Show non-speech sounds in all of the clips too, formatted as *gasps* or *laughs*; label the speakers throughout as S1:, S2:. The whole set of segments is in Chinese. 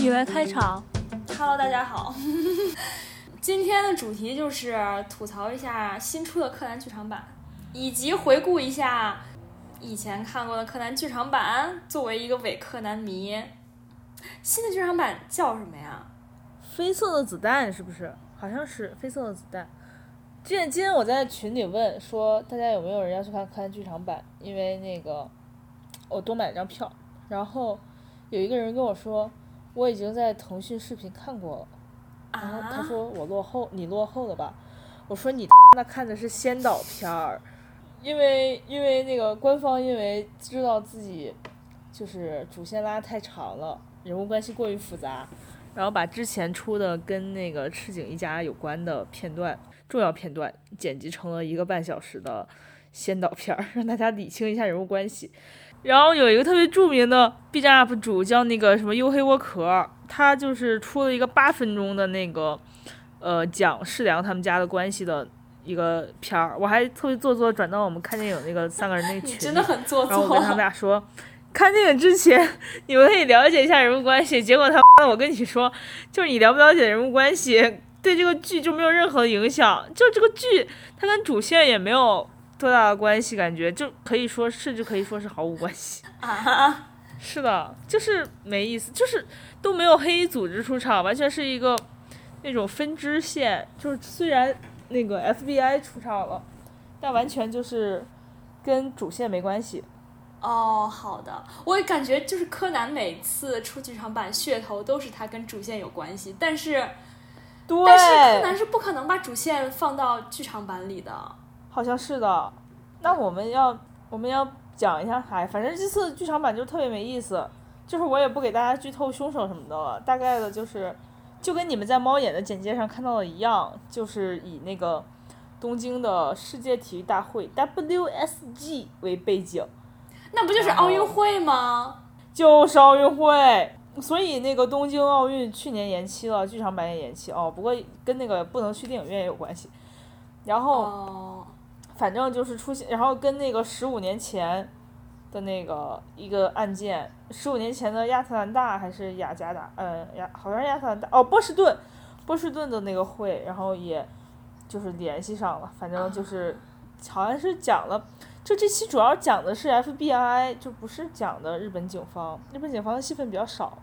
S1: 以为开场，
S2: Hello，大家好。 *laughs* 今天的主题就是吐槽一下新出的柯南剧场版，以及回顾一下以前看过的柯南剧场版。作为一个伪柯南迷，新的剧场版叫什么呀？
S1: 绯色的子弹是不是？好像是绯色的子弹。今天今天我在群里问说，大家有没有人要去看柯南剧场版？因为那个我多买了张票，然后有一个人跟我说，我已经在腾讯视频看过了。然后哦他
S2: 啊，
S1: 说我落后，你落后了吧？我说你那看的是先导片儿，因为因为那个官方因为知道自己就是主线拉太长了，人物关系过于复杂，然后把之前出的跟那个赤井一家有关的片段、重要片段剪辑成了一个半小时的先导片儿， *laughs* 让大家理清一下人物关系。然后有一个特别著名的 B 站 UP 主叫那个什么黝黑窝壳，他就是出了一个八分钟的那个，呃，讲世良他们家的关系的一个片儿，我还特别做作转到我们看电影那个三个人那个群
S2: 你
S1: 里，
S2: 真的很做
S1: 然后我跟
S2: 作
S1: 他。们俩说，看电影之前你们可以了解一下人物关系。结果他妈的，我跟你说，就是你了不了解人物关系，对这个剧就没有任何影响。就这个剧，它跟主线也没有多大的关系，感觉就可以说，甚至可以说是毫无关系。
S2: *laughs* 啊，
S1: 是的，就是没意思，就是都没有黑衣组织出场，完全是一个那种分支线。就是虽然那个 FBI 出场了，但完全就是跟主线没关系。
S2: *laughs* 哦，好的，我也感觉就是柯南每次出剧场版噱头都是他跟主线有关系，但是
S1: 对，
S2: 但是柯南是不可能把主线放到剧场版里的。
S1: 好像是的。那我们要我们要讲一下啥呀？反正这次剧场版就特别没意思，就是我也不给大家剧透凶手什么的了，大概的就是就跟你们在猫眼的简介上看到的一样，就是以那个东京的世界体育大会 WSG 为背景，
S2: 那不就是奥运会吗？
S1: 就是奥运会。所以那个东京奥运去年延期了，剧场版也延期哦，不过跟那个不能去电影院也有关系。然后
S2: 哦，
S1: 反正就是出现，然后跟那个十五年前的那个一个案件，十五年前的亚特兰大还是雅加达，呃，亚好像是亚特兰大哦，波士顿，波士顿的那个会，然后也就是联系上了，反正就是好像是讲了，就这期主要讲的是 FBI，就不是讲的日本警方，日本警方的戏份比较少。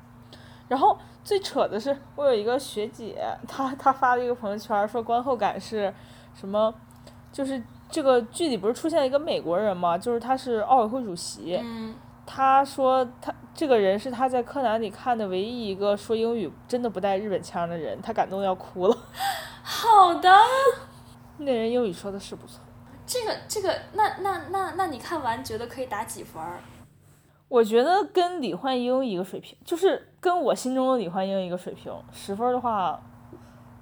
S1: 然后最扯的是，我有一个学姐，她她发了一个朋友圈，说观后感是什么，就是这个剧里不是出现了一个美国人嘛，就是他是奥委会主席，
S2: 嗯，
S1: 他说他这个人是他在柯南里看的唯一一个说英语真的不带日本腔的人，他感动得要哭了。 *laughs*
S2: 好的。
S1: 那人英语说的是不错，
S2: 这个这个，那那那那你看完觉得可以打几分儿？
S1: 我觉得跟李焕英一个水平，就是跟我心中的李焕英一个水平。十分的话，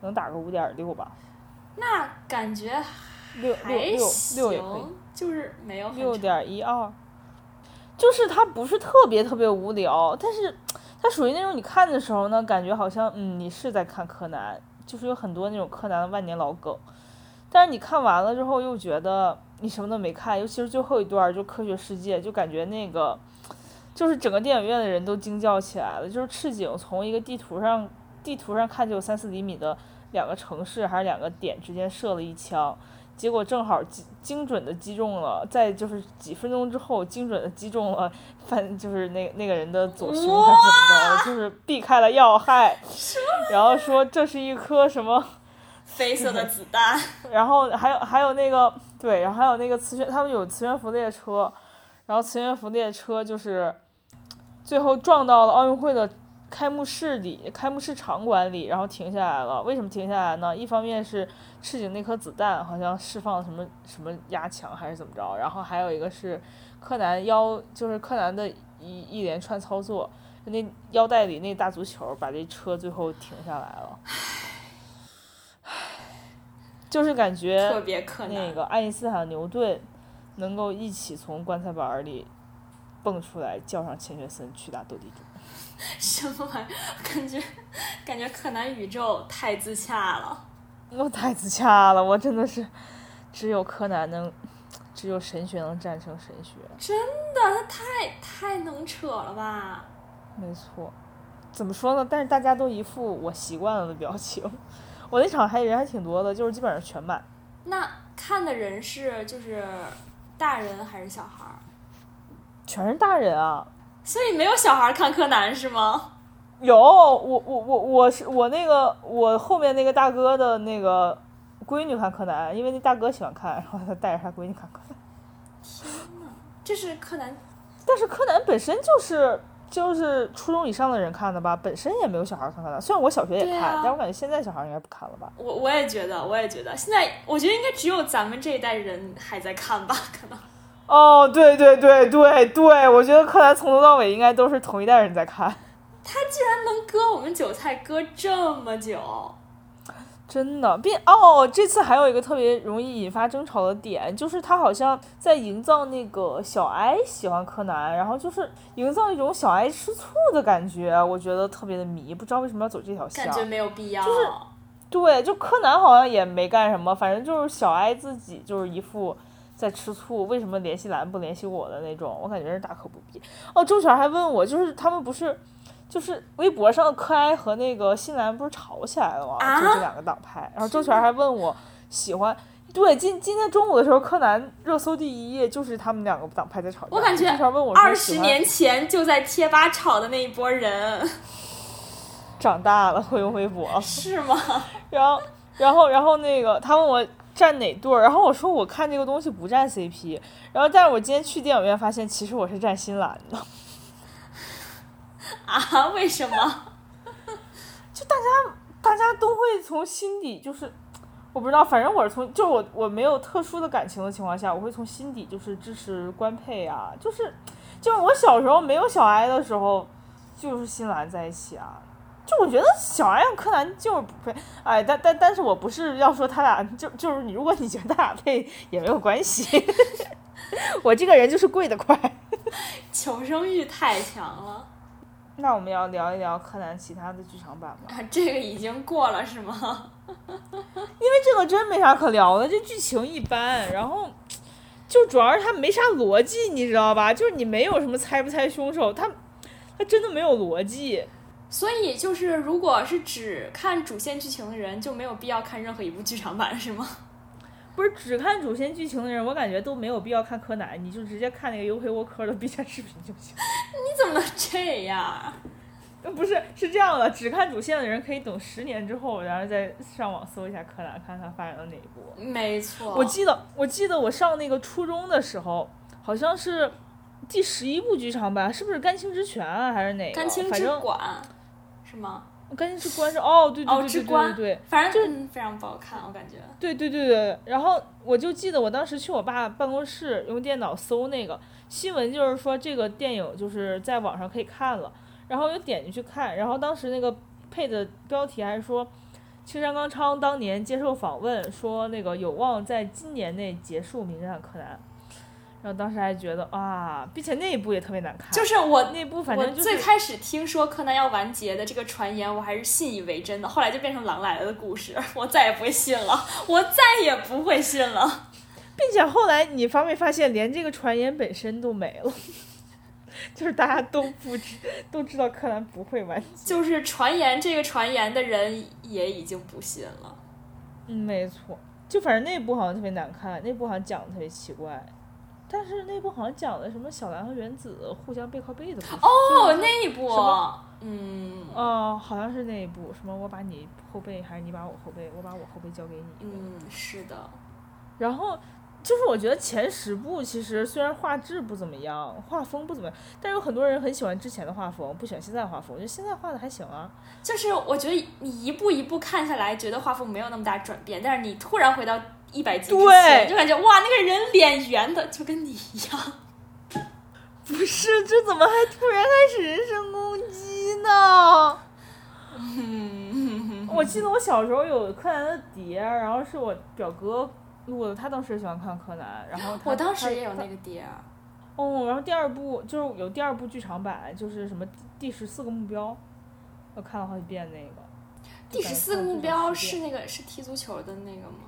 S1: 能打个五点六吧，
S2: 那感觉
S1: 六六
S2: 还
S1: 六六也可以
S2: 行，，就是没有很
S1: 六
S2: 差
S1: 点一二。就是它不是特别特别无聊，但是它属于那种你看的时候呢，感觉好像嗯你是在看柯南，就是有很多那种柯南的万年老梗，但是你看完了之后又觉得你什么都没看，尤其是最后一段儿就科学世界，就感觉那个就是整个电影院的人都惊叫起来了，就是赤井从一个地图上地图上看就有三四厘米的两个城市还是两个点之间射了一枪。结果正好精精准的击中了，在就是几分钟之后精准的击中了反就是那那个人的左胸还是怎么着，就是避开了要害，然后说这是一颗什么
S2: 绯色的子弹。
S1: 然后还有还有那个对，然后还有那个磁悬，他们有磁悬浮列车，然后磁悬浮列车就是最后撞到了奥运会的开幕式里，开幕式场馆里，然后停下来了。为什么停下来呢？一方面是赤井那颗子弹好像释放了什么什么压强还是怎么着，然后还有一个是柯南腰，就是柯南的一一连串操作，那腰带里那大足球把这车最后停下来了。唉，就是感觉
S2: 特别柯南
S1: 那个爱因斯坦、牛顿能够一起从棺材板儿里蹦出来，叫上钱学森去打斗地主。
S2: 什么玩意儿？感觉感觉柯南宇宙太自洽了。
S1: 我太自洽了，我真的是只有柯南能只有神学能战胜神学，
S2: 真的，他太太能扯了吧？
S1: 没错。怎么说呢？但是大家都一副我习惯了的表情。 *laughs* 我那场还人还挺多的，就是基本上全满。
S2: 那看的人是就是大人还是小孩儿？
S1: 全是大人啊！
S2: 所以没有小孩儿看柯南是吗？
S1: 有我我我我是我那个我后面那个大哥的那个闺女看柯南，因为那大哥喜欢看，然后他带着他闺女看柯南。
S2: 天哪，这是柯南，
S1: 但是柯南本身就是就是初中以上的人看的吧，本身也没有小孩看柯南。虽然我小学也
S2: 对
S1: 看，
S2: 啊
S1: 但我感觉现在小孩应该不看了吧？
S2: 我我也觉得，我也觉得，现在我觉得应该只有咱们这一代人还在看吧， *laughs* 可能。
S1: 哦，对对对对对，我觉得柯南从头到尾应该都是同一代人在看，
S2: 他竟然能割我们韭菜割这么久，
S1: 真的。并哦，这次还有一个特别容易引发争吵的点，就是他好像在营造那个小哀喜欢柯南，然后就是营造一种小哀吃醋的感觉，我觉得特别的迷，不知道为什么要走这条线
S2: 感。觉没有必要。
S1: 啊就是对，就柯南好像也没干什么，反正就是小哀自己就是一副在吃醋，为什么联系兰不联系我的那种，我感觉是大可不必。哦，周璇还问我，就是他们不是，就是微博上的柯哀和那个新兰不是吵起来了吗？
S2: 啊
S1: 就这两个党派，然后周璇还问我喜欢。对，今今天中午的时候，柯南热搜第一页就是他们两个党派在吵架。
S2: 我感觉
S1: 周璇问我
S2: 二
S1: 说
S2: 十
S1: 喜欢
S2: 年前就在贴吧炒的那一
S1: *laughs*
S2: 波人，
S1: 长大了会用微博了
S2: 是吗？
S1: 然后，然后，然后那个他问我站哪队儿，然后我说我看这个东西不站 CP，然后但是我今天去电影院发现，其实我是站新兰的。
S2: 啊，为什么？
S1: 大家都会从心底就是，我不知道，反正我是从就是我我没有特殊的感情的情况下，我会从心底就是支持官配啊，就是就是我小时候没有小哀的时候，就是新兰在一起啊。就我觉得小哀和柯南就是不配，哎，但但但是我不是要说他俩，就就是你，如果你觉得他俩配也没有关系， *laughs* 我这个人就是跪得快。
S2: 求生欲太强了
S1: 那我们要聊一聊柯南其他的剧场版吗？
S2: 啊！这个已经过了是吗？
S1: 这个真没啥可聊的，这剧情一般，然后就主要是它没啥逻辑，你知道吧？就是你没有什么猜不猜凶手，它它真的没有逻辑。
S2: 所以就是，如果是只看主线剧情的人，就没有必要看任何一部剧场版
S1: *laughs*
S2: 是吗？
S1: 不是只看主线剧情的人，我感觉都没有必要看柯南，你就直接看那个尤黑沃克的 B 站视频就行。 *laughs*
S2: 你怎么能这样？
S1: 呃不是，是这样的，只看主线的人可以等十年之后，然后再上网搜一下柯南，看他发展到哪一步。
S2: 没错，
S1: 我记得，我记得我上那个初中的时候，好像是第十一部剧场版，是不是甘青之泉啊，还是哪个？
S2: 甘青
S1: 反
S2: 之
S1: 正
S2: 馆是吗？
S1: 甘青之关是哦，对对
S2: 哦
S1: 对
S2: 之
S1: 对对
S2: 关
S1: 对
S2: 反正就是嗯啊非常不好看，我感觉。
S1: 对对对对。然后我就记得我当时去我爸办公室用电脑搜那个新闻，就是说这个电影就是在网上可以看了，然后我就点进去看，然后当时那个配的标题还是说。青山刚昌当年接受访问说，那个有望在今年内结束《名侦探柯南》，然后当时还觉得啊，并且那一部也特别难看，
S2: 就是我，
S1: 那部反正
S2: 我
S1: 就是
S2: 最开始听说柯南要完结的这个传言，我还是信以为真的，后来就变成狼来了的故事，我再也不会信了，我再也不会信了。
S1: 并且后来你发没发现，连这个传言本身都没了， *laughs* 就是大家都不知 *laughs* 都知道柯南不会完结。
S2: 就是传言这个传言的人也已经不信了。
S1: 嗯，没错，就反正那部好像特别难看，那部好像讲的特别奇怪，但是那部好像讲的什么小兰和原子互相背靠背的故事。
S2: 哦，那一部
S1: 什么，
S2: 嗯
S1: 哦，好像是那一部，什么我把你后背还是你把我后背，我把我后背交给你。
S2: 嗯，是的，
S1: 然后就是我觉得前十部其实虽然画质不怎么样，画风不怎么样，但是有很多人很喜欢之前的画风，不喜欢现在的画风。我觉得现在画的还行啊。
S2: 就是我觉得你一步一步看下来，觉得画风没有那么大转变，但是你突然回到一百集之
S1: 对
S2: 前，就感觉哇，那个人脸圆的就跟你一样。
S1: 不是，这怎么还突然开始人身攻击呢？ *laughs* 我记得我小时候有柯南的碟，然后是我表哥录的，他当时也喜欢看柯南，然后他
S2: 我当时
S1: 他
S2: 也有那
S1: 他
S2: 个碟儿，
S1: 哦，然后第二部就是有第二部剧场版，就是什么第十四个目标，我看了好几遍那个。
S2: 第
S1: 就
S2: 十
S1: 感觉
S2: 四个
S1: 看了
S2: 目
S1: 非常
S2: 标
S1: 十
S2: 是
S1: 遍
S2: 那个是踢足球的那个吗？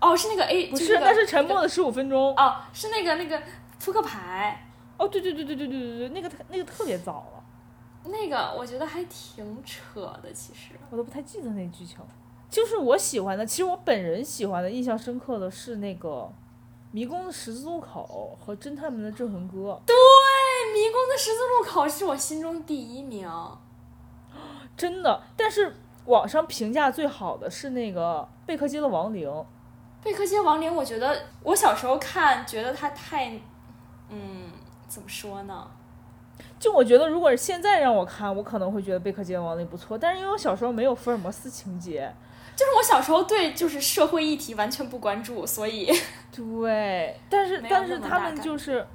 S2: 哦，是那个 A，
S1: 不，
S2: 就是那
S1: 那
S2: 个
S1: 是沉默的十五分钟。
S2: 哦，是那个那个扑克牌，
S1: 哦，对对对对对对对对，那个特那个特别早了，
S2: 那个我觉得还挺扯的，其实。
S1: 我都不太记得那剧情。就是我喜欢的，其实我本人喜欢的、印象深刻的是那个《迷宫的十字路口》和《侦探们的镇魂歌
S2: 对，迷宫的十字路口是我心中第一名。》，
S1: 真的。但是网上评价最好的是那个贝克街的亡灵，
S2: 贝克街亡灵，我觉得我小时候看，觉得它太，嗯，怎么说呢？
S1: 就我觉得，如果是现在让我看，我可能会觉得《贝克街亡灵》不错，但是因为我小时候没有福尔摩斯情节，
S2: 就是我小时候对就是社会议题完全不关注，所以 *laughs*
S1: 对，但是
S2: 没有
S1: 但
S2: 那
S1: 是
S2: 么
S1: 他
S2: 大
S1: 们
S2: 感
S1: 就是，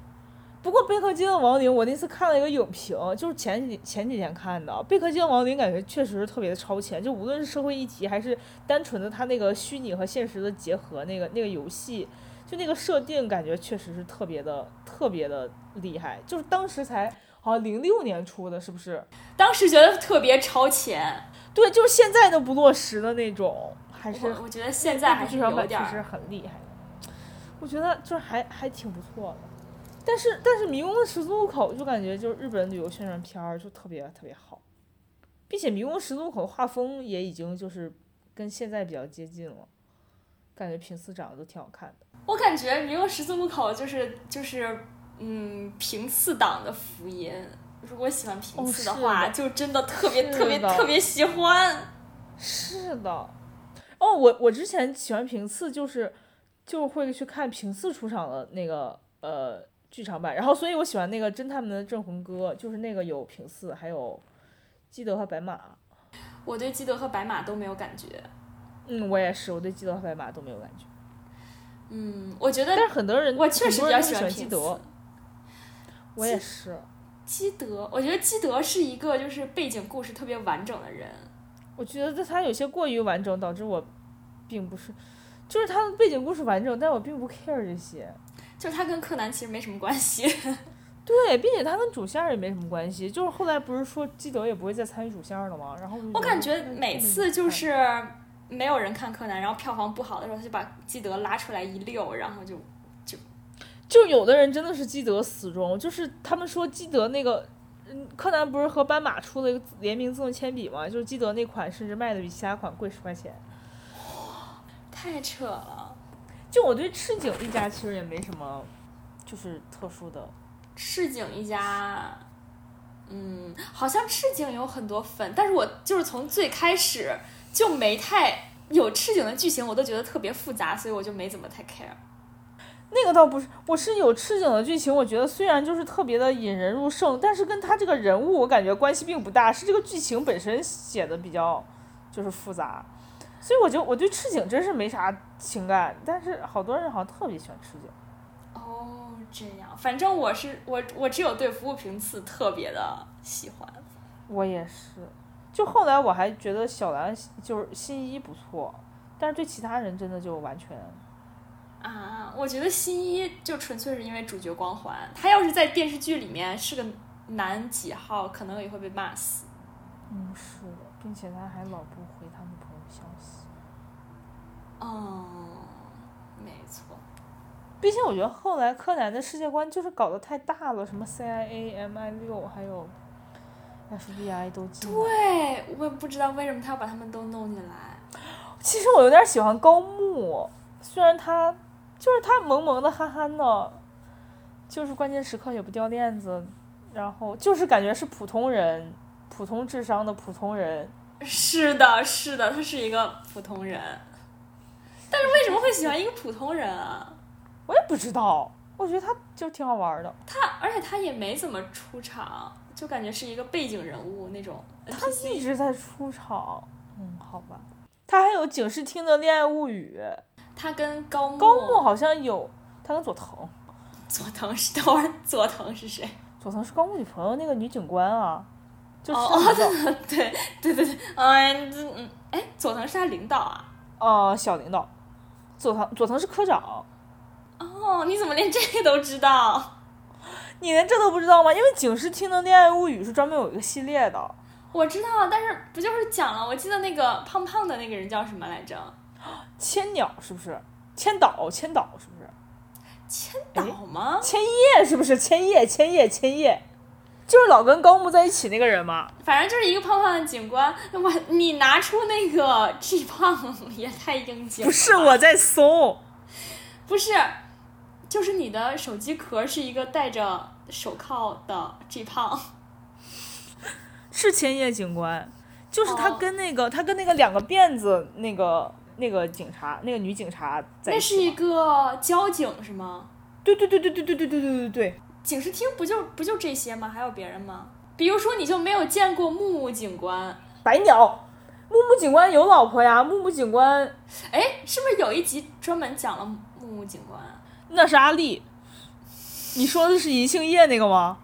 S1: 不过《贝克街的亡灵》，我那次看了一个影评，就是前几前几天看的，《贝克街的亡灵》感觉确实是特别的超前，就无论是社会议题，还是单纯的它那个虚拟和现实的结合，那个那个游戏，就那个设定感觉确实是特别的特别的厉害，就是当时才好像零六年出的，是不是？
S2: 当时觉得特别超前。
S1: 对，就是现在都不落实的那种，还是
S2: 我我觉得现在还是
S1: 剧场
S2: 有
S1: 版
S2: 点
S1: 确
S2: 儿
S1: 实很厉害，我觉得就是还还挺不错的。但是但是《迷宫的十字路口》就感觉就是日本旅游宣传片儿就特别特别好，并且《迷宫十字路口》画风也已经就是跟现在比较接近了，感觉平次长得都挺好看的。
S2: 我感觉迷宫十字路口就是就是嗯平次党的福音。如果喜欢平
S1: 哦
S2: 次的
S1: 是
S2: 话，
S1: 的
S2: 就真的特别特别
S1: 是的
S2: 特别喜欢。
S1: 是的，哦，我我之前喜欢平次就是就会去看平次出场的那个呃剧场版，然后所以我喜欢那个侦探们的镇魂歌，就是那个有平次还有基德和白马。
S2: 我对基德和白马都没有感觉。
S1: 嗯，我也是，我对基德和白马都没有感觉。
S2: 嗯，我觉
S1: 但
S2: 得
S1: 是很多人，
S2: 我确实
S1: 很多
S2: 比
S1: 人都
S2: 较
S1: 喜
S2: 欢
S1: 欢
S2: 平
S1: 基
S2: 次
S1: 德。，我也是，
S2: 基德，我觉得基德是一个就是背景故事特别完整的人。
S1: 我觉得他有些过于完整，导致我并不是，就是他的背景故事完整，但我并不 care 这些。
S2: 就是他跟柯南其实没什么关系，
S1: 对，并且他跟主线儿也没什么关系。就是后来不是说基德也不会再参与主线儿了吗？然后就
S2: 我感觉
S1: 得那后
S2: 每
S1: 面
S2: 次就
S1: 看
S2: 是没有人看柯南，然后票房不好的时候，他就把基德拉出来一溜，然后就
S1: 嗯就有的人真的是基德死忠，就是他们说基德那个，嗯，柯南不是和斑马出了一个联名自动铅笔吗？就是基德那款甚至卖的比其他款贵十块钱。
S2: 太扯了。
S1: 就我对赤井一家其实也没什么，就是特殊的。
S2: 赤井一家，嗯，好像赤井有很多粉，但是我就是从最开始就没太有赤井的剧情，我都觉得特别复杂，所以我就没怎么太 care。
S1: 那个倒不是，我是有赤井的剧情，我觉得虽然就是特别的引人入胜，但是跟他这个人物我感觉关系并不大，是这个剧情本身写的比较就是复杂，所以我就我对赤井真是没啥情感，但是好多人好像特别喜欢赤井。
S2: 哦，这样，反正我是我我只有对服务频次特别的喜欢。
S1: 我也是，就后来我还觉得小兰就是新一不错，但是对其他人真的就完全
S2: 啊，我觉得新一就纯粹是因为主角光环，他要是在电视剧里面是个男几号，可能也会被骂死。
S1: 嗯是的，并且他还老不回他女朋友消息。
S2: 嗯，没错。
S1: 毕竟我觉得后来柯南的世界观就是搞得太大了，什么 CIA、MI 六还有 FBI 都进来。
S2: 对，哎我也不知道为什么他要把他们都弄进来。
S1: 其实我有点喜欢高木，虽然他就是他萌萌的、憨憨的，就是关键时刻也不掉链子，然后就是感觉是普通人、普通智商的普通人。
S2: 是的，是的，他是一个普通人，但是为什么会喜欢一个普通人啊？
S1: 我也不知道，我觉得他就挺好玩的。
S2: 他啊而且他也没怎么出场，就感觉是一个背景人物那种。
S1: 他一直在出场，嗯，好吧。他还有警视厅的恋爱物语，
S2: 他跟高木
S1: 高木好像有他跟佐藤，
S2: 佐藤是等会儿佐藤是谁？
S1: 佐藤是高木女朋友那个女警官啊，就是
S2: 哦
S1: 上一个
S2: 对对对对，嗯这嗯，哎，佐藤是他领导啊。
S1: 哦、小领导，佐藤佐藤是科长，
S2: 哦，你怎么连这个都知道？
S1: 你连这都不知道吗？因为警视厅的恋爱物语是专门有一个系列的，
S2: 我知道，但是不就是讲了？我记得那个胖胖的那个人叫什么来着？
S1: 千鸟是不是？千岛，千岛是不是？
S2: 千岛吗？
S1: 千叶是不是？千叶，千叶，千叶，就是老跟高木在一起那个人嘛。
S2: 反正就是一个胖胖的警官。我你拿出那个 G 胖也太应景了。
S1: 不是我在怂，
S2: 不是，就是你的手机壳是一个戴着手铐的 G 胖。
S1: 是千叶警官，就是他
S2: 哦
S1: 跟那个、他跟那个两个辫子那个那个警察那个女警察在
S2: 那
S1: 一
S2: 是
S1: 起
S2: 一
S1: 嘛。
S2: 个交警是吗？
S1: 对对对对对对对对对对对，
S2: 警视厅不就不就这些吗？还有别人吗？比如说你就没有见过木木警官，
S1: 白鸟。木木警官有老婆呀，木木警官
S2: 哎，是不是有一集专门讲了木木警官啊？
S1: 那是阿丽，你说的是银杏叶那个吗？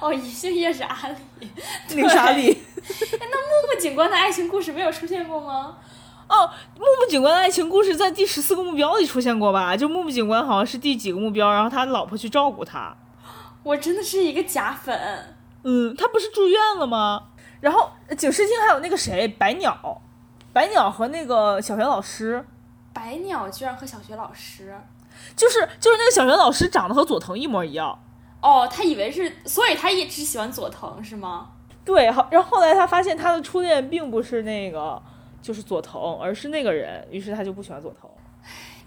S2: 哦，银杏叶是阿里，
S1: 那个是阿丽。
S2: 木木警官的爱情故事没有出现过吗？
S1: 哦，木木警官的爱情故事在第十四个目标里出现过吧？就木木警官好像是第几个目标，然后他老婆去照顾他。
S2: 我真的是一个假粉，
S1: 嗯，他不是住院了吗？然后呃警视厅还有那个谁，白鸟，白鸟和那个小学老师，
S2: 白鸟居然和小学老师，
S1: 就是就是那个小学老师长得和佐藤一模一样。
S2: 哦，他以为是，所以他一直喜欢佐藤是吗？
S1: 对，好，然后后来他发现他的初恋并不是那个，就是佐藤，而是那个人，于是他就不喜欢佐藤。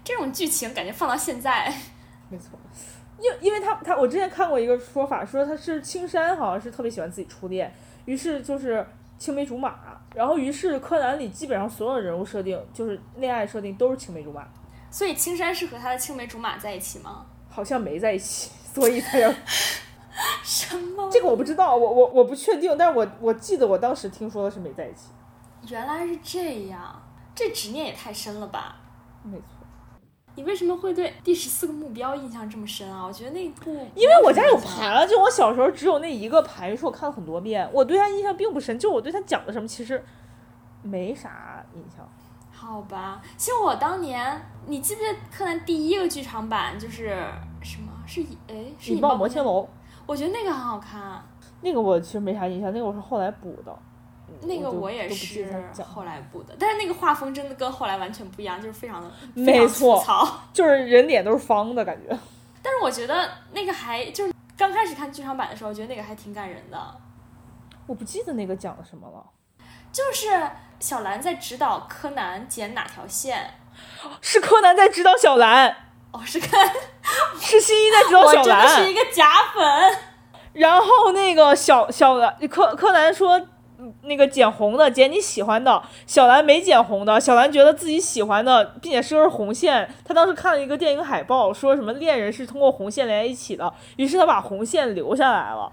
S2: 这种剧情感觉放到现在，
S1: 没错，因因为他他我之前看过一个说法，说他是青山好像是特别喜欢自己初恋，于是就是青梅竹马，然后于是柯南里基本上所有人物设定就是恋爱设定都是青梅竹马，
S2: 所以青山是和他的青梅竹马在一起吗？
S1: 好像没在一起，所以他要
S2: 什么？
S1: 这个我不知道，我我我不确定，但是我我记得我当时听说的是没在一起，
S2: 原来是这样，这执念也太深了吧！
S1: 没错，
S2: 你为什么会对第十四个目标印象这么深啊？我觉得那部
S1: 因为我家有盘，就我小时候只有那一个盘，于是我看了很多遍，我对他印象并不深，就我对他讲的什么其实没啥印象。
S2: 好吧，其实我当年，你记不记得柯南第一个剧场版就是什么？是以哎是
S1: 引爆摩
S2: 摩
S1: 天
S2: 天，
S1: 楼。
S2: 我觉得那个很好看，
S1: 那个我其实没啥印象，那个我是后来补的。嗯
S2: 那个
S1: 我就
S2: 我也
S1: 都不记得
S2: 是
S1: 他讲
S2: 后来补的，但是那个画风真的跟后来完全不一样，就是非常的
S1: 没错
S2: 好。
S1: 就是人脸都是方的感觉。
S2: 但是我觉得那个还就是刚开始看剧场版的时候，我觉得那个还挺感人的，
S1: 我不记得那个讲了什么了，
S2: 就是小兰在指导柯南剪哪条线。
S1: 是柯南在指导小兰，
S2: 哦，是看
S1: 是新一在指导
S2: 我
S1: 小
S2: 真的是
S1: 兰
S2: 一。个假粉。
S1: 然后那个小小兰柯柯南说，嗯那个剪红的，剪你喜欢的。小兰没剪红的，小兰觉得自己喜欢的，并且是根红线。她当时看了一个电影海报，说什么恋人是通过红线连在一起的，于是她把红线留下来了。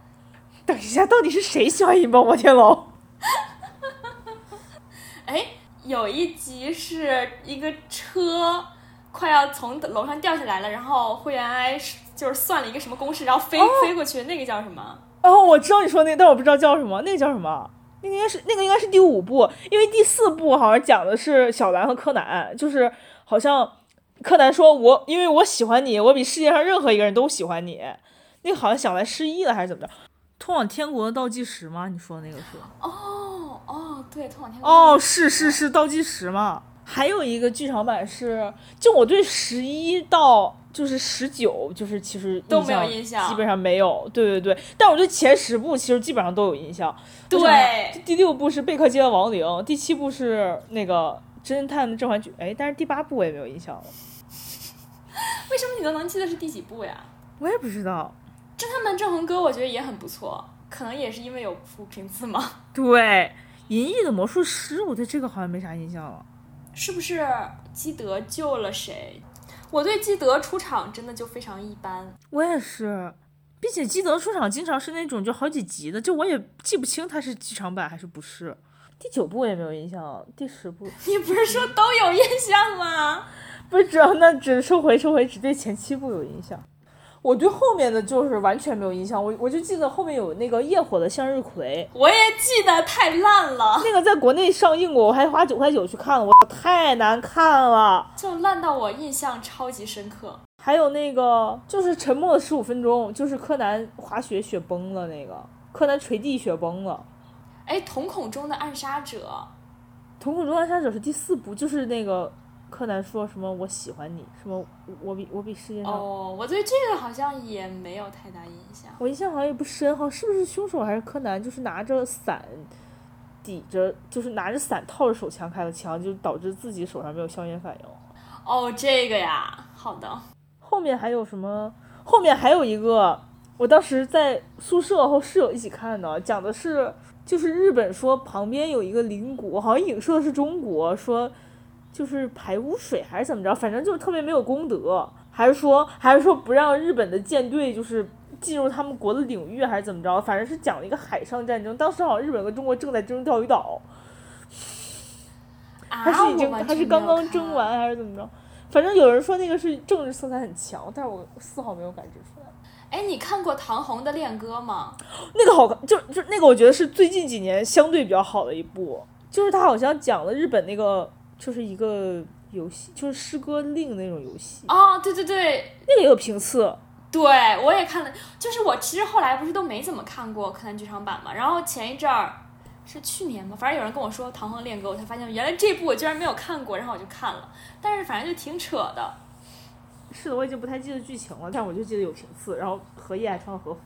S1: 等一下，到底是谁喜欢引爆摩天楼？
S2: 哎，有一集是一个车快要从楼上掉下来了，然后灰原哀就是算了一个什么公式，然后飞、飞过去，那个叫什么？
S1: 哦，我知道你说那个，但我不知道叫什么，那个叫什么？那个应该是那个应该是第五部，因为第四部好像讲的是小兰和柯南，就是好像柯南说我因为我喜欢你，我比世界上任何一个人都喜欢你。那个好像小兰失忆了还是怎么着？通往天国的倒计时吗？你说那个是？
S2: 哦哦，对，通往天空。
S1: 哦，是是是倒计时嘛。还有一个剧场版是，就我对十一到就是十九，就是其实
S2: 都没有印象
S1: 基本上没有。对对对，但我对前十部其实基本上都有印象。我想
S2: 对
S1: 想第六部是《贝克街的亡灵》，第七部是那个侦探的甄嬛剧，哎，但是第八部我也没有印象了，
S2: 为什么你都能记得是第几部呀？
S1: 我也不知道。
S2: 侦探们正红哥我觉得也很不错，可能也是因为有福平次嘛，
S1: 对，《银翼的魔术师》，我对这个好像没啥印象了。
S2: 是不是基德救了谁？我对基德出场真的就非常一般，
S1: 我也是，并且基德出场经常是那种就好几集的，就我也记不清他是剧场版还是不是。第九部我也没有印象，第十部
S2: 你不是说都有印象吗？
S1: 不是只要那只收回收回，只对前七部有印象。我对后面的就是完全没有印象，我我就记得后面有那个夜火的向日葵，
S2: 我也记得太烂了，
S1: 那个在国内上映过，我还花九块九去看了，我太难看了。
S2: 就烂到我印象超级深刻。
S1: 还有那个就是沉默的十五分钟，就是柯南滑雪雪崩了那个，柯南垂地雪崩了。
S2: 哎，瞳孔中的暗杀者，
S1: 瞳孔中暗杀者是第四部，就是那个柯南说什么我喜欢你，什么我比我比世界上，
S2: 哦，我对这个好像也没有太大印象。
S1: 我印象好像也不深，好像是不是凶手还是柯南，就是拿着伞抵着，就是拿着伞套着手枪开的枪，就导致自己手上没有硝烟反应。
S2: 哦，这个呀，好的，啊
S1: 后面还有什么？后面还有一个，我当时在宿舍和室友一起看的，讲的是就是日本说旁边有一个邻国，好像影射的是中国，说就是排污水还是怎么着，反正就是特别没有公德，还是说还是说不让日本的舰队就是进入他们国的领域还是怎么着，反正是讲了一个海上战争。当时好像日本和中国正在争钓鱼岛，
S2: 啊，
S1: 还是已经
S2: 我完
S1: 还
S2: 全
S1: 是刚
S2: 没
S1: 刚
S2: 有
S1: 争
S2: 看啊
S1: 完还是怎么着，反正有人说那个是政治色彩很强，但是我丝毫没有感觉出来。
S2: 哎，你看过唐红的恋歌吗？
S1: 那个好看，就就那个我觉得是最近几年相对比较好的一部，就是它好像讲了日本那个就是一个游戏，就是诗歌令那种游戏，
S2: 哦，对对对
S1: 那个也有评测，
S2: 对，我也看了。就是我其实后来不是都没怎么看过柯南剧场版嘛，然后前一阵儿是去年嘛，反正有人跟我说《唐红恋歌》，我才发现原来这部我居然没有看过，然后我就看了，但是反正就挺扯的。
S1: 是的，我已经不太记得剧情了，但我就记得有评测，然后荷叶还穿了和服，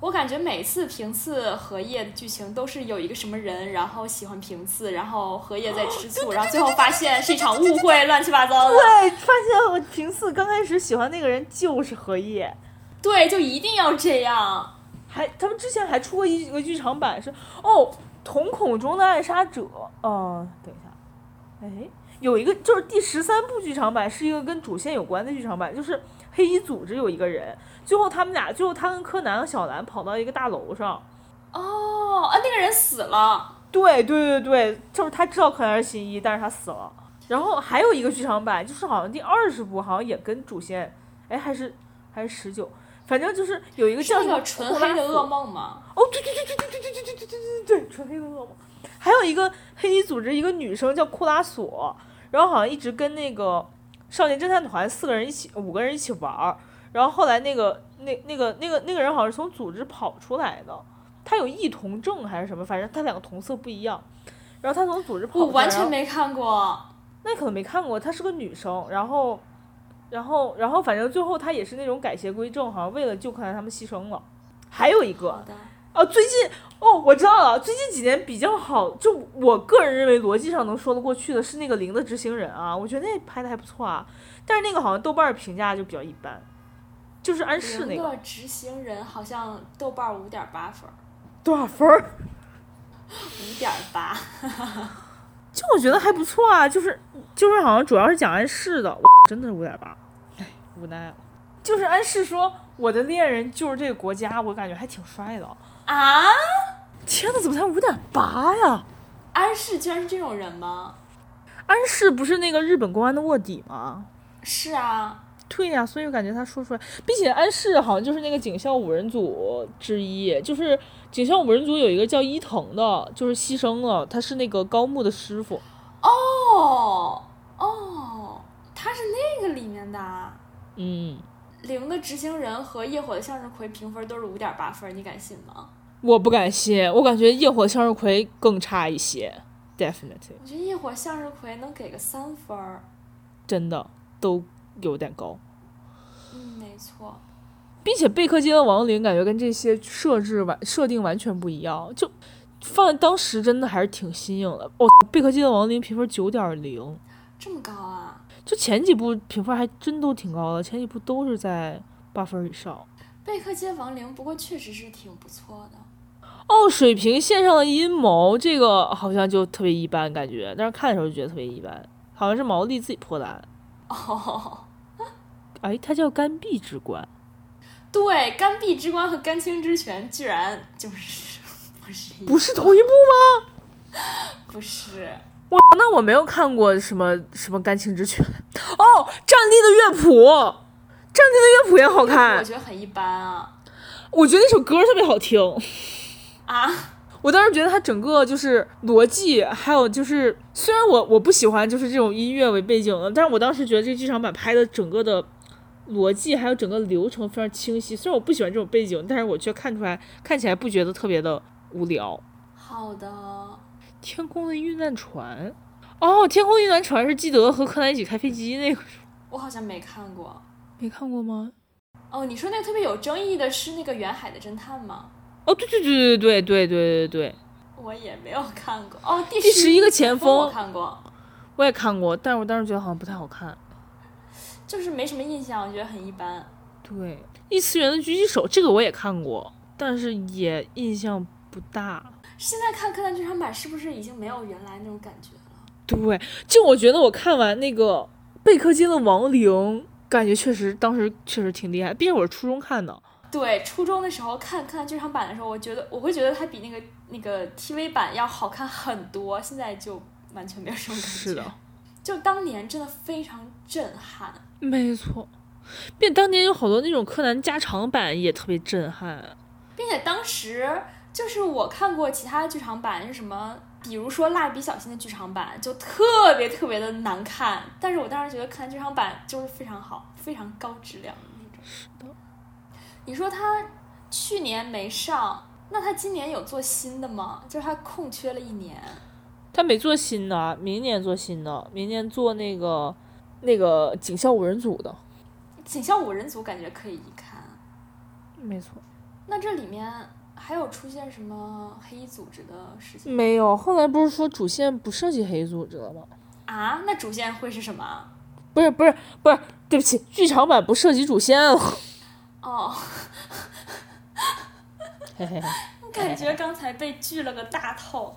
S2: 我感觉每次平次荷叶的剧情都是有一个什么人，然后喜欢平次，然后荷叶在吃醋，然后最后发现是一场误会，乱七八糟的。
S1: 对，发现我评测刚开始喜欢那个人就是荷叶。
S2: 对，就一定要这样。
S1: 还他们之前还出过一个剧场版是哦，瞳孔中的暗杀者。嗯、等一下，哎，有一个就是第十三部剧场版是一个跟主线有关的剧场版，就是黑衣组织有一个人，最后他们俩，最后他跟柯南和小兰跑到一个大楼上。
S2: 哦，啊，那个人死了。
S1: 对对对对，就是他知道柯南是新一，但是他死了。然后还有一个剧场版，就是好像第二十部好像也跟主线，哎，还是还是十九，反正就是有一个
S2: 是
S1: 叫
S2: 那
S1: 什么
S2: 个纯
S1: 库
S2: 黑
S1: 拉
S2: 的
S1: 索
S2: 噩梦吗？
S1: 哦，对对对对对对对对对对对对，纯黑的恶魔。还有一个黑衣组织，一个女生叫库拉索，然后好像一直跟那个少年侦探团四个人一起，呃五个人一起玩儿。然后后来那个那那个那个那个人好像是从组织跑出来的，他有异瞳症还是什么，反正他两个瞳色不一样。然后他从组织跑出来，
S2: 我完
S1: 然
S2: 全
S1: 后
S2: 没看过。
S1: 那你可能没看过，她是个女生，然后，然后，然后，反正最后她也是那种改邪归正，好像为了救柯南他们牺牲了。还有一个
S2: 好，的，
S1: 啊，最近哦，我知道了，最近几年比较好，就我个人认为逻辑上能说得过去的是那个《零的执行人》啊，我觉得那拍的还不错啊，但是那个好像豆瓣儿评价就比较一般，就是安室那
S2: 零
S1: 个
S2: 的执行人好像豆瓣五点八分，
S1: 多少分儿？
S2: 五点八。
S1: *laughs* 就我觉得还不错啊，就是就是好像主要是讲安室的，我真的是五点八，哎，无奈了。就是安室说我的恋人就是这个国家，我感觉还挺帅的。
S2: 啊，
S1: 天呐，怎么才五点八呀？
S2: 安室居然是这种人吗？
S1: 安室不是那个日本公安的卧底吗？
S2: 是啊，
S1: 对呀、所以我感觉他说出来，并且安室好像就是那个警校五人组之一，就是警校五人组有一个叫伊藤的，就是牺牲了，他是那个高木的师傅。
S2: 哦哦，他是那个里面的啊。
S1: 嗯，
S2: 零的执行人和夜火的向日葵评分都是五点八分，你敢信吗？
S1: 我不敢信，我感觉夜火向日葵更差一些，definitely，
S2: 我觉得夜火向日葵能给个三分儿。
S1: 真的都有点高，
S2: 嗯，没错。
S1: 并且贝克街的亡灵感觉跟这些设置完设定完全不一样，就放在当时真的还是挺新颖的。哦，贝克街的亡灵评分九点零。
S2: 这么高啊？
S1: 就前几部评分还真都挺高的，前几部都是在八分以上。
S2: 贝克街亡灵，不过确实是挺不错的。
S1: 哦，水平线上的阴谋这个好像就特别一般，感觉，但是看的时候就觉得特别一般，好像是毛利自己破的案。
S2: 哦，
S1: 哎，它叫干壁之冠，
S2: 对，干壁之光和干青之拳居然就是 *laughs* 不是一
S1: 不是同一部吗？
S2: 不是
S1: 我那我没有看过什么什么甘青之拳。哦，战地的乐谱，战地的乐谱也好
S2: 我
S1: 看，
S2: 觉得很一般啊
S1: 我觉得那首歌特别好听。
S2: 啊！
S1: 我当时觉得它整个就是逻辑，还有就是，虽然我我不喜欢就是这种音乐为背景的，但是我当时觉得这个剧场版拍的整个的逻辑还有整个流程非常清晰。虽然我不喜欢这种背景，但是我却看出来看起来不觉得特别的无聊。
S2: 好的，
S1: 天空的遇难船，哦，哦，《天空一暖船》是基德和柯南一起开飞机那个，
S2: 我好像没看过。
S1: 没看过吗？
S2: 哦，你说那个特别有争议的是那个《远海的侦探》吗？
S1: 哦，对对对对对对对对对，
S2: 我也没有看过。哦，第
S1: 第十一个前
S2: 锋我
S1: 锋
S2: 看过，
S1: 我也看过，但是我当时觉得好像不太好看。
S2: 就是没什么印象，我觉得很一般。
S1: 对，异次元的狙击手这个我也看过，但是也印象不大。
S2: 现在看柯南剧场版是不是已经没有原来那种感觉了？
S1: 对，就我觉得我看完那个贝克街的亡灵，感觉确实当时确实挺厉害，毕竟我是初中看的。
S2: 对，初中的时候看柯南剧场版的时候，我觉得我会觉得它比那个那个 TV 版要好看很多，现在就完全没有什么感觉。
S1: 是的，
S2: 就当年真的非常震撼。
S1: 没错，并当年有好多那种柯南加长版也特别震撼。
S2: 并且当时就是我看过其他的剧场版是什么，比如说《蜡笔小新》的剧场版就特别特别的难看，但是我当时觉得看剧场版就是非常好，非常高质量的那种。是
S1: 的。
S2: 你说他去年没上，那他今年有做新的吗？就是他空缺了一年。
S1: 他没做新的，明年做新的，明年做那个那个警校五人组的。
S2: 警校五人组感觉可以一看。
S1: 没错，
S2: 那这里面还有出现什么黑衣组织的事情
S1: 没有。后来不是说主线不涉及黑组织了吗？
S2: 啊？那主线会是什么？啊
S1: 不是不是不是，对不起，剧场版不涉及主线了。
S2: 哦。
S1: 嘿嘿嘿。
S2: 感觉刚才被剧了个大透。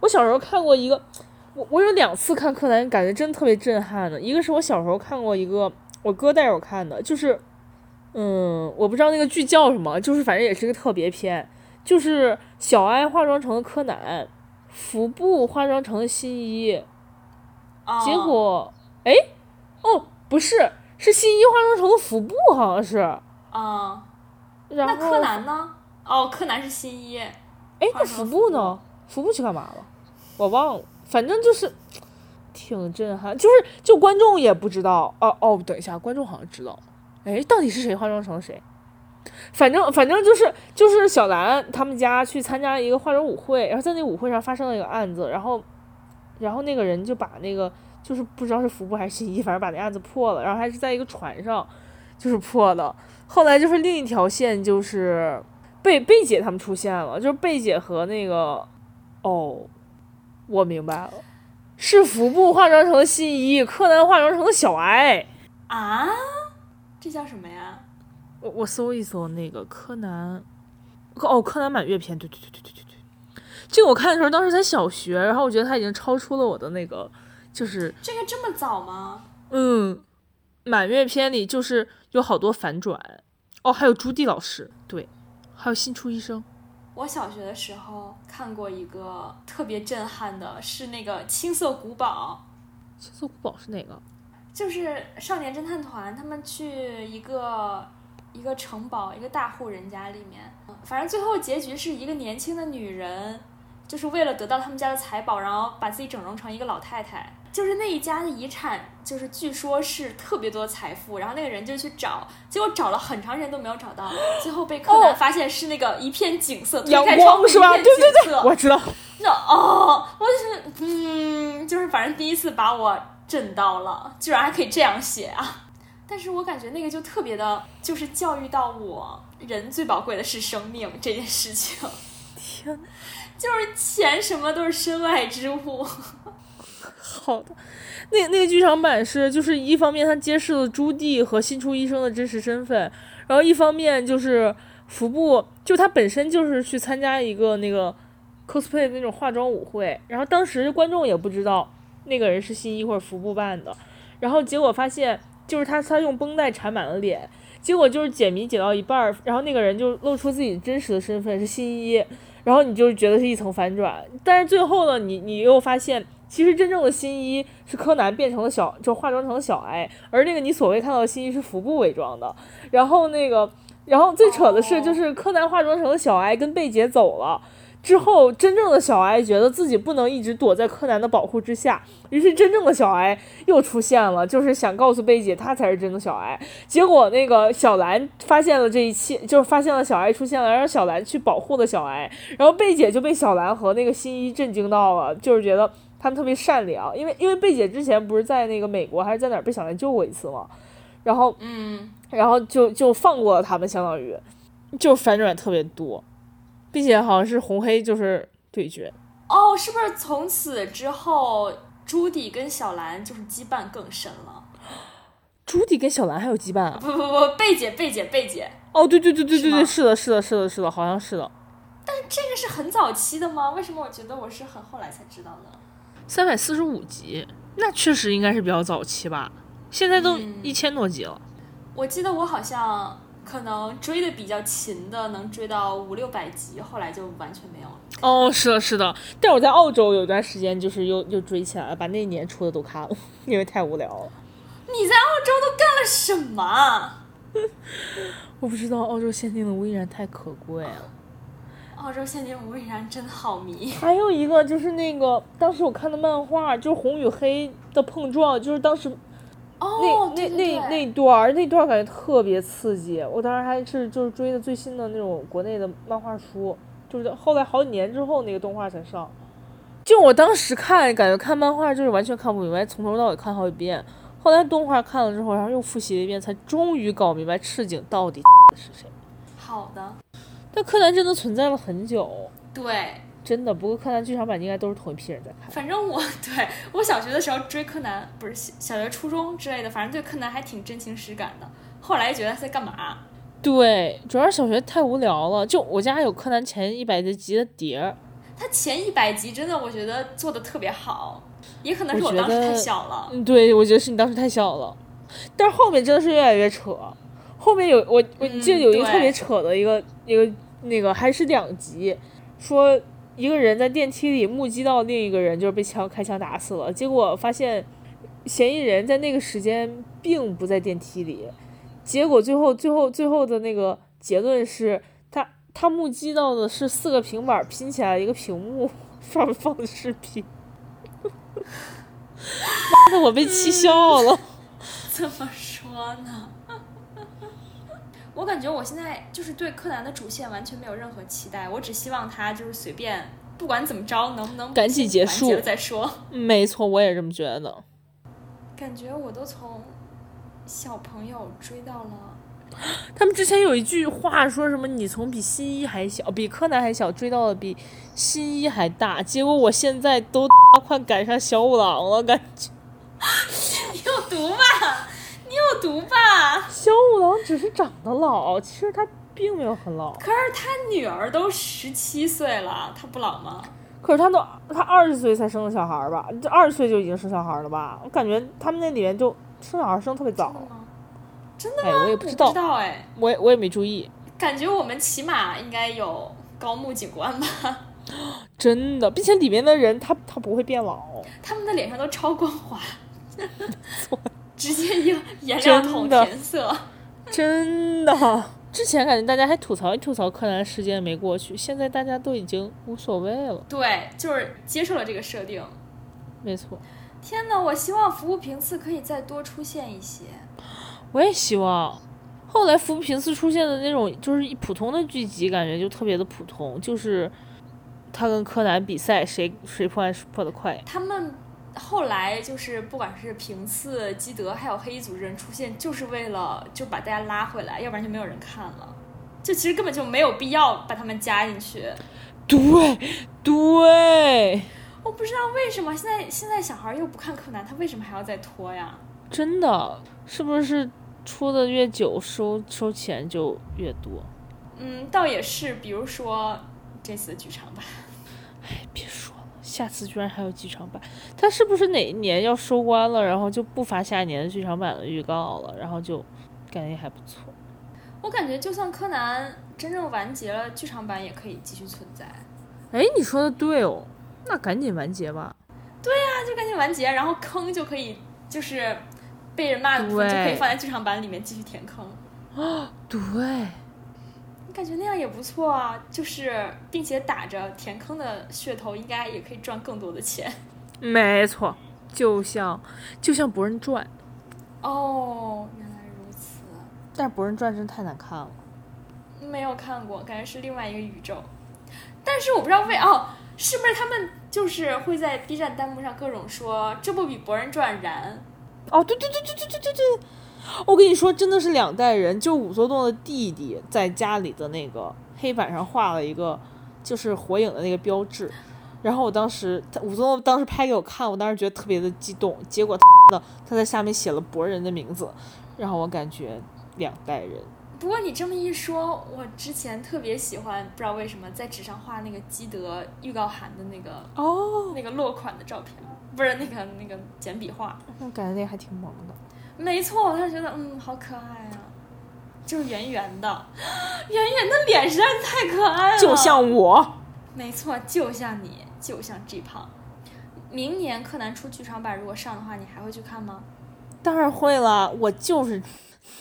S1: 我小时候看过一个，我我有两次看柯南，感觉真特别震撼的。一个是我小时候看过一个，我哥带我看的，就是，嗯，我不知道那个剧叫什么，就是反正也是个特别篇，就是小哀化妆成了柯南，服部化妆成了新一，
S2: 哦啊
S1: 结果，哎，哦，不是，是新一化妆成了服部，好像是。
S2: 啊，
S1: 然后
S2: 那柯，南呢？哦，柯南是新一。
S1: 哎，
S2: 化
S1: 那
S2: 妆
S1: 服
S2: 服
S1: 部
S2: 部
S1: 呢？服部去干嘛了？我忘了，反正就是挺震撼，就是就观众也不知道。哦哦，等一下，观众好像知道。哎，到底是谁化妆成谁？反正反正就是就是小兰他们家去参加一个化妆舞会，然后在那舞会上发生了一个案子，然后然后那个人就把那个就是不知道是服部还是新一，反正把那案子破了，然后还是在一个船上就是破的。后来就是另一条线就是贝贝姐他们出现了，就是贝姐和那个哦，我明白了，是服部化妆成了新一，柯南化妆成了小哀。
S2: 啊，这叫什么呀？
S1: 我我搜一搜那个柯南，哦，柯南满月篇，对对对对对对对，这个我看的时候当时才小学，然后我觉得它已经超出了我的那个，就是
S2: 这个这么早吗？
S1: 嗯，满月篇里就是有好多反转，哦，还有朱棣老师，对，还有新出医生，
S2: 我小学的时候看过一个特别震撼的，是那个《青色古堡
S1: 青色古堡是哪个？》，
S2: 就是少年侦探团他们去一个一个城堡，一个大户人家里面，嗯反正最后结局是一个年轻的女人，就是为了得到他们家的财宝，然后把自己整容成一个老太太。就是那一家的遗产，就是据说是特别多财富，然后那个人就去找，结果找了很长时间都没有找到，最后被柯南发现是那个一片景色，推
S1: 哦阳
S2: 开
S1: 光
S2: 窗户
S1: 是吧
S2: 一片景色
S1: 我知道，
S2: 那哦，我就是嗯，就是反正第一次把我震到了，居然还可以这样写啊！但是我感觉那个就特别的，就是教育到我，人最宝贵的是生命这件事情，
S1: 天哪，
S2: 就是钱什么都是身外之物。
S1: 好的，那那个剧场版是就是一方面它揭示了朱棣和新出医生的真实身份，然后一方面就是服部，就他本身就是去参加一个那个 cosplay 的那种化妆舞会，然后当时观众也不知道那个人是新一或者服部扮的，然后结果发现就是他他用绷带缠满了脸，结果就是解谜解到一半儿，然后那个人就露出自己真实的身份是新一，然后你就觉得是一层反转，但是最后呢，你你又发现。其实真正的新一是柯南变成了小，就化妆成了小哀，而那个你所谓看到的新一是服部伪装的。然后那个，然后最扯的是，
S2: 哦
S1: 就是柯南化妆成了小哀，跟贝姐走了之后，真正的小哀觉得自己不能一直躲在柯南的保护之下，于是真正的小哀又出现了，就是想告诉贝姐她才是真的小哀。结果那个小兰发现了这一切，就是发现了小哀出现了，让小兰去保护了小哀，然后贝姐就被小兰和那个新一震惊到了，就是觉得他们特别善良，因为因为贝姐之前不是在那个美国还是在哪儿被小蓝救过一次嘛，然后
S2: 嗯，
S1: 然后就就放过了他们，相当于就反转特别多，并且好像是红黑就是对决，
S2: 哦，是不是从此之后，朱迪跟小兰就是羁绊更深了？
S1: 朱迪跟小兰还有羁绊啊？
S2: 不不不，贝姐贝姐贝姐，
S1: 哦，对对对对对
S2: 是
S1: 对，
S2: 吗
S1: 是的，是的，是的，是的，好像是的。
S2: 这个是很早期的吗？为什么我觉得我是很后来才知道的？
S1: 三百四十五集，那确实应该是比较早期吧，现在都
S2: 嗯
S1: 一千多集了。
S2: 我记得我好像可能追的比较勤的，能追到五六百集，后来就完全没有了。
S1: 哦，是的，是的。但我在澳洲有一段时间，就是又又追起来了，把那一年出的都看了， *laughs* 因为太无聊了。
S2: 你在澳洲都干了什么？啊
S1: 我不知道澳洲限定的无依然太可贵了。
S2: 澳洲限定无依然真的好迷，
S1: 还有一个就是那个当时我看的漫画，就是红与黑的碰撞，就是当时
S2: 哦
S1: 那，
S2: 对
S1: 那
S2: 对
S1: 那
S2: 对
S1: 那段儿那段儿感觉特别刺激，我当时还是就是追的最新的那种国内的漫画书，就是后来好几年之后那个动画才上。就我当时看，感觉看漫画就是完全看不明白，从头到尾看好几遍。后来动画看了之后，然后又复习了一遍，才终于搞明白赤井到底是谁。
S2: 好的，
S1: 但柯南真的存在了很久，
S2: 对，
S1: 真的。不过柯南剧场版应该都是同一批人在看。
S2: 反正我对我小学的时候追柯南，不是小小学、初中之类的，反正对柯南还挺真情实感的。后来觉得他在干嘛？啊
S1: 对，主要是小学太无聊了。就我家有柯南前一百集的碟儿，
S2: 他前一百集真的我觉得做的特别好，也可能是
S1: 我
S2: 我
S1: 觉
S2: 当时
S1: 得
S2: 太小了。
S1: 嗯，对，我觉得是你当时太小了，但是后面真的是越来越扯。后面有我我
S2: 嗯
S1: 记得有一个特别
S2: 对
S1: 扯的一个、一个那个还是两集，说一个人在电梯里目击到另一个人就是被枪开枪打死了，结果发现嫌疑人在那个时间并不在电梯里，结果最后最后最后的那个结论是他他目击到的是四个平板拼起来一个屏幕上面放的 *laughs* 视频，妈的我被
S2: 嗯
S1: 气笑了。 *laughs*
S2: 怎么说呢？ *laughs* 我感觉我现在就是对柯南的主线完全没有任何期待，我只希望他就是随便，不管怎么着，能不能
S1: 赶紧结
S2: 完
S1: 束
S2: 了再说。
S1: 没错，我也这么觉得。
S2: 感觉我都从小朋友追到了，
S1: 他们之前有一句话说什么“你从比新一还小，比柯南还小，追到了比新一还大”，结果我现在都 *laughs* 快赶上小五郎了，感觉
S2: *laughs* 你有毒吧？你有毒吧？
S1: 小五郎只是长得老，其实他并没有很老。
S2: 可是他女儿都十七岁了，他不老吗？
S1: 可是他都他二十岁才生的小孩儿吧？这二十岁就已经生小孩儿了吧？我感觉他们那里面就生小孩儿生特别早
S2: 真的，吗？
S1: 哎，我也
S2: 我
S1: 不知
S2: 不知
S1: 道，
S2: 道哎，
S1: 我也我也没注意。
S2: 感觉我们起码应该有高木警官吧？
S1: 真的，并且里面的人他他不会变老，
S2: 他们的脸上都超光滑，
S1: *laughs*
S2: 直接用颜料
S1: 真
S2: 桶
S1: 的
S2: 填色。
S1: 真的。 *laughs* 之前感觉大家还吐槽一吐槽柯南事件没过去，现在大家都已经无所谓了。
S2: 对，就是接受了这个设定。
S1: 没错，
S2: 天呐，我希望服务频次可以再多出现一些。
S1: 我也希望。后来服部平次出现的那种就是一普通的剧集，感觉就特别的普通，就是他跟柯南比赛谁谁破案破得快。
S2: 他们后来就是不管是平次、基德还有黑衣组织人出现，就是为了就把大家拉回来，要不然就没有人看了。就其实根本就没有必要把他们加进去。
S1: 对对，
S2: 我不知道为什么现在现在小孩又不看柯南，他为什么还要再拖呀？
S1: 真的是不是出的越久收收钱就越多？
S2: 嗯，倒也是，比如说这次的剧场版，
S1: 别说了，下次居然还有剧场版，他是不是哪一年要收官了，然后就不发下一年的剧场版的预告了，然后就感觉还不错。
S2: 我感觉就算柯南真正完结了，剧场版也可以继续存在。
S1: 哎，你说的对哦，那赶紧完结吧。
S2: 那就赶紧完结，然后坑就可以就是被人骂的部分就
S1: 对
S2: 可以放在剧场版里面继续填坑。
S1: 对，
S2: 我感觉那样也不错啊，就是并且打着填坑的噱头，应该也可以赚更多的钱。
S1: 没错，就像就像《博人传》，
S2: 哦，原来如此，
S1: 但是《博人传》真太难看了。
S2: 没有看过，感觉是另外一个宇宙。但是我不知道为哦，是不是他们就是会在 B 站弹幕上各种说这不比《博人传》燃，
S1: 哦，对对对对对对对对，我跟你说，真的是两代人。就武作栋的弟弟在家里的那个黑板上画了一个，就是火影的那个标志。然后我当时，他武作栋当时拍给我看，我当时觉得特别的激动。结果他妈的他在下面写了博人的名字，让我感觉两代人。
S2: 不过你这么一说，我之前特别喜欢，不知道为什么在纸上画那个基德预告函的那个
S1: 哦，
S2: 那个落款的照片，不是那个那个简笔画。
S1: 那感觉那个还挺萌的。
S2: 没错，我当时觉得嗯，好可爱啊，就是圆圆的， *gasps* 圆圆的脸实在是太可爱了，
S1: 就像我，
S2: 没错，就像你，就像 G 胖。明年柯南出剧场版，如果上的话，你还会去看吗？
S1: 当然会了，我就是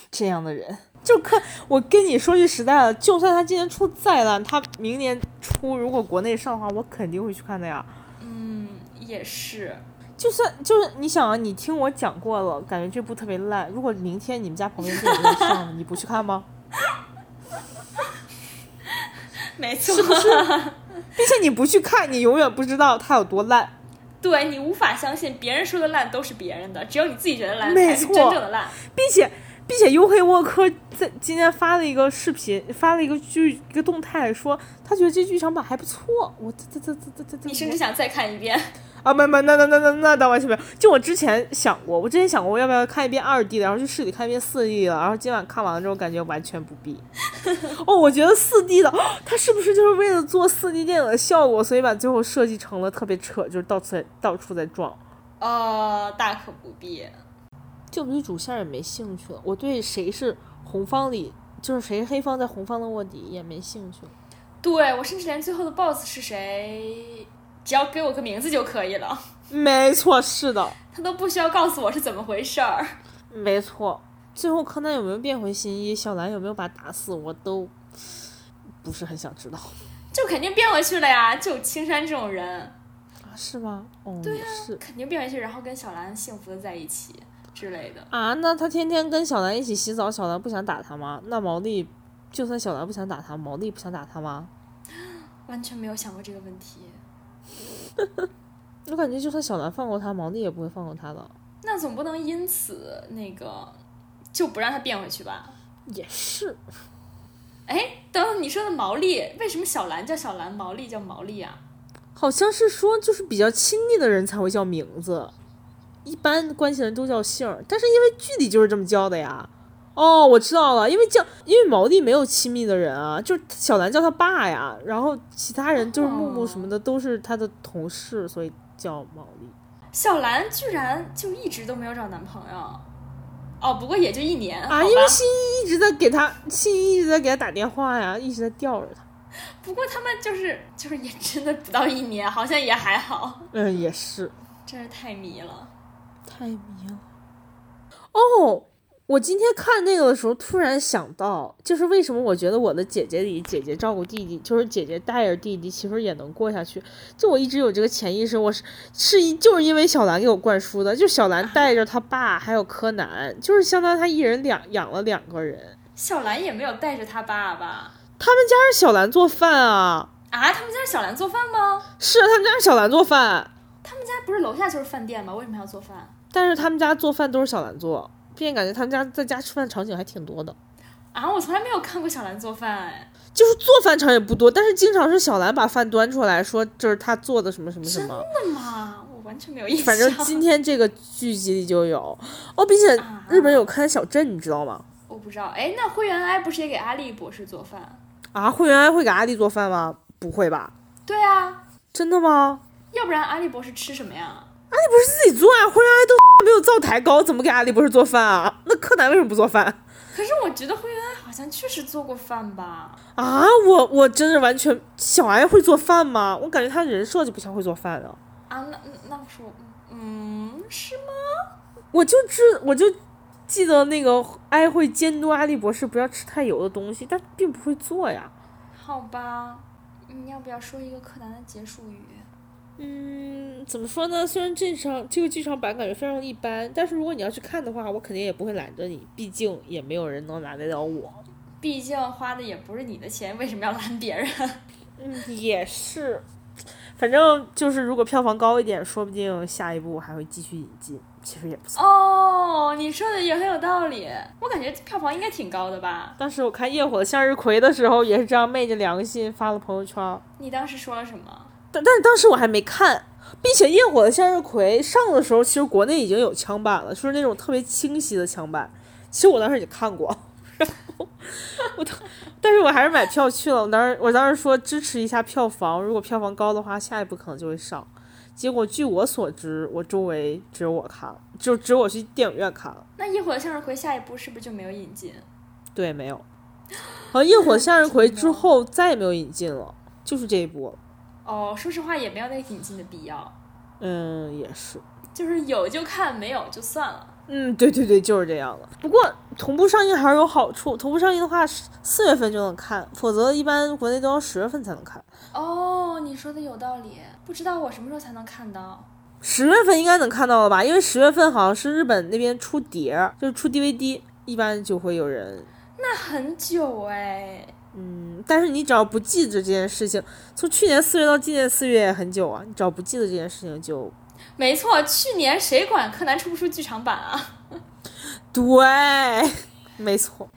S1: 这样的人。就看我跟你说句实在的，就算他今年出再烂，他明年出如果国内上的话，我肯定会去看的呀。
S2: 嗯，也是。 *laughs*
S1: 就算就是你想啊，你听我讲过了，感觉这部特别烂。如果明天你们家旁边电影院上了，你不去看吗？
S2: 没错， *laughs*
S1: 并且你不去看，你永远不知道它有多烂。
S2: 对你无法相信别人说的烂都是别人的，只有你自己觉得烂
S1: 没
S2: 才是
S1: 错
S2: 真正的烂。
S1: 并且并且，尤黑沃克在今天发了一个视频，发了一个剧一个动态，说他觉得这剧场版还不错。我这这这这这这这，
S2: 你甚至想再看一遍，
S1: 啊，没没，那那那那那倒完全没有。就我之前想过，我之前想过要不要看一遍二 D 的，然后去市里看一遍四 D 的，然后今晚看完了之后感觉完全不必。 *laughs* 哦，我觉得四 D 的，它是不是就是为了做四 D 电影的效果，所以把最后设计成了特别扯，就是到处在到处在撞。
S2: 呃，大可不必。
S1: 就女主线也没兴趣了，我对谁是红方里，就是谁是黑方在红方的卧底也没兴趣了。
S2: 对我甚至连最后的 BOSS 是谁，只要给我个名字就可以了，
S1: 没错，是的，
S2: 他都不需要告诉我是怎么回事儿。
S1: 没错。最后柯南有没有变回新一，小兰有没有把他打死，我都不是很想知道。
S2: 就肯定变回去了呀！就青山这种人，
S1: 啊，是吗？哦，也是
S2: 肯定变回去，然后跟小兰幸福的在一起之类的。
S1: 啊。那他天天跟小兰一起洗澡，小兰不想打他吗？那毛利就算小兰不想打他，毛利不想打他吗？
S2: 完全没有想过这个问题。
S1: 我感觉就算小兰放过他，毛利也不会放过他的。
S2: 那总不能因此那个就不让他变回去吧？
S1: 也是，
S2: 等等，你说的毛利，为什么小兰叫小兰，毛利叫毛利啊？
S1: 好像是说就是比较亲密的人才会叫名字，一般关系人都叫姓儿，但是因为剧里就是这么叫的呀。哦，我知道了，因为叫因为毛利没有亲密的人啊，就是小兰叫他爸呀，然后其他人就是木木什么的都是他的同事，所以叫毛利。
S2: 小兰居然就一直都没有找男朋友，哦，不过也就一年
S1: 啊，
S2: 好
S1: 因为
S2: 吧
S1: 新一一直在给他，新一一直在给他打电话呀，一直在吊着他。
S2: 不过他们就是就是也真的不到一年，好像也还好，
S1: 嗯，也是
S2: 真是太迷了。
S1: 太迷了。哦，我今天看那个的时候，突然想到，就是为什么我觉得我的姐姐里，姐姐照顾弟弟，就是姐姐带着弟弟，其实也能过下去。就我一直有这个潜意识，我是是一就是因为小兰给我灌输的，就小兰带着他爸还有柯南，就是相当于他一人两养了两个人。
S2: 小兰也没有带着他爸吧？
S1: 他们家是小兰做饭啊，
S2: 啊，他们家是小兰做饭吗？
S1: 是啊他们家是小兰做饭。
S2: 他们家不是楼下就是饭店吗？为什么还要做饭
S1: 但是他们家做饭都是小兰做，并且感觉他们家在家吃饭场景还挺多的，
S2: 啊？我从来没有看过小兰做饭哎，
S1: 就是做饭场景不多，但是经常是小兰把饭端出来说这是她做的什么什么什么，
S2: 真的吗？我完全没有印象。
S1: 反正今天这个剧集里就有哦，并且
S2: 啊
S1: 日本有柯南小镇，你知道吗？
S2: 我不知道。哎，那灰原哀不是也给阿笠博士做饭？
S1: 啊，会原来会给阿弟做饭吗？不会吧？
S2: 对啊，
S1: 真的吗？
S2: 要不然阿笠博士吃什么呀？
S1: 那不是自己做啊？会原来都 *laughs* 没有灶台高，怎么给阿笠博士做饭啊？那柯南为什么不做饭
S2: 可是我觉得灰原哀好像确实做过饭吧？
S1: 啊？我我真是完全小爱会做饭吗？我感觉他人设就不像会做饭啊。
S2: 啊，那那那我说，嗯，是吗？
S1: 我就知我就记得那个哀会监督阿笠博士不要吃太油的东西，但并不会做呀。
S2: 好吧，你要不要说一个柯南的结束语？
S1: 嗯，怎么说呢？虽然这场这个剧场版感觉非常一般，但是如果你要去看的话，我肯定也不会拦着你，毕竟也没有人能拦得了我。
S2: 毕竟花的也不是你的钱，为什么要拦别人？
S1: 嗯，也是。反正就是如果票房高一点，说不定下一部还会继续引进，其实也不错。
S2: *laughs* 哦，你说的也很有道理，我感觉票房应该挺高的吧？
S1: 当时我看《夜火的向日葵》的时候，也是这样昧着良心发了朋友圈儿，
S2: 你当时说了什么？
S1: 但但是当时我还没看，并且《夜火的向日葵》上的时候，其实国内已经有枪版了，就是那种特别清晰的枪版。其实我当时也看过，然后我当，但是我还是买票去了。我当时我当时说支持一下票房，如果票房高的话，下一部可能就会上。结果据我所知，我周围只有我看了，就只有我去电影院看了。
S2: 那《一会儿向日葵》下一部是不是就没有引进？
S1: 对，没有。好像《夜火的向日葵》之后再也没有引进了，就是这一部。
S2: 哦，说实话也没有那个引进的必要，
S1: 嗯，也是。
S2: 就是有就看，没有就算了。
S1: 嗯，对对对，就是这样的。不过同步上映还是有好处，同步上映的话，十四月份就能看，否则一般国内都要十月份才能看。
S2: 哦，你说的有道理，不知道我什么时候才能看到。
S1: 十月份应该能看到了吧？因为十月份好像是日本那边出碟儿，就是出 DVD，一般就会有人。
S2: 那很久哎，
S1: 嗯，但是你只要不记着这件事情，从去年四月到今年四月也很久啊，你只要不记得这件事情就
S2: 没错，去年谁管柯南出不出剧场版啊？ *laughs*
S1: 对， *laughs* 没错，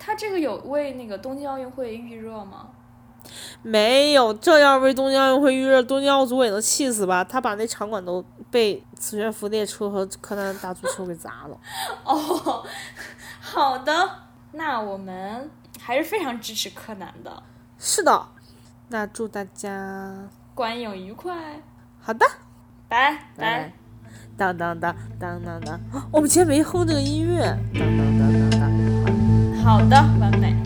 S2: 他这个有为那个东京奥运会预热吗？ *laughs*
S1: 没有这要为东京奥运会预热，东京奥组委能气死吧？他把那场馆都被磁悬浮列车和柯南大足球给砸了。 *laughs*
S2: 哦，好的，那我们还是非常支持柯南的，
S1: 是的，那祝大家
S2: 观影愉快，
S1: 好的，
S2: 拜
S1: 拜。当当当当哦当当，我们今天没哼这个音乐，当当当当当。
S2: 好的，完美。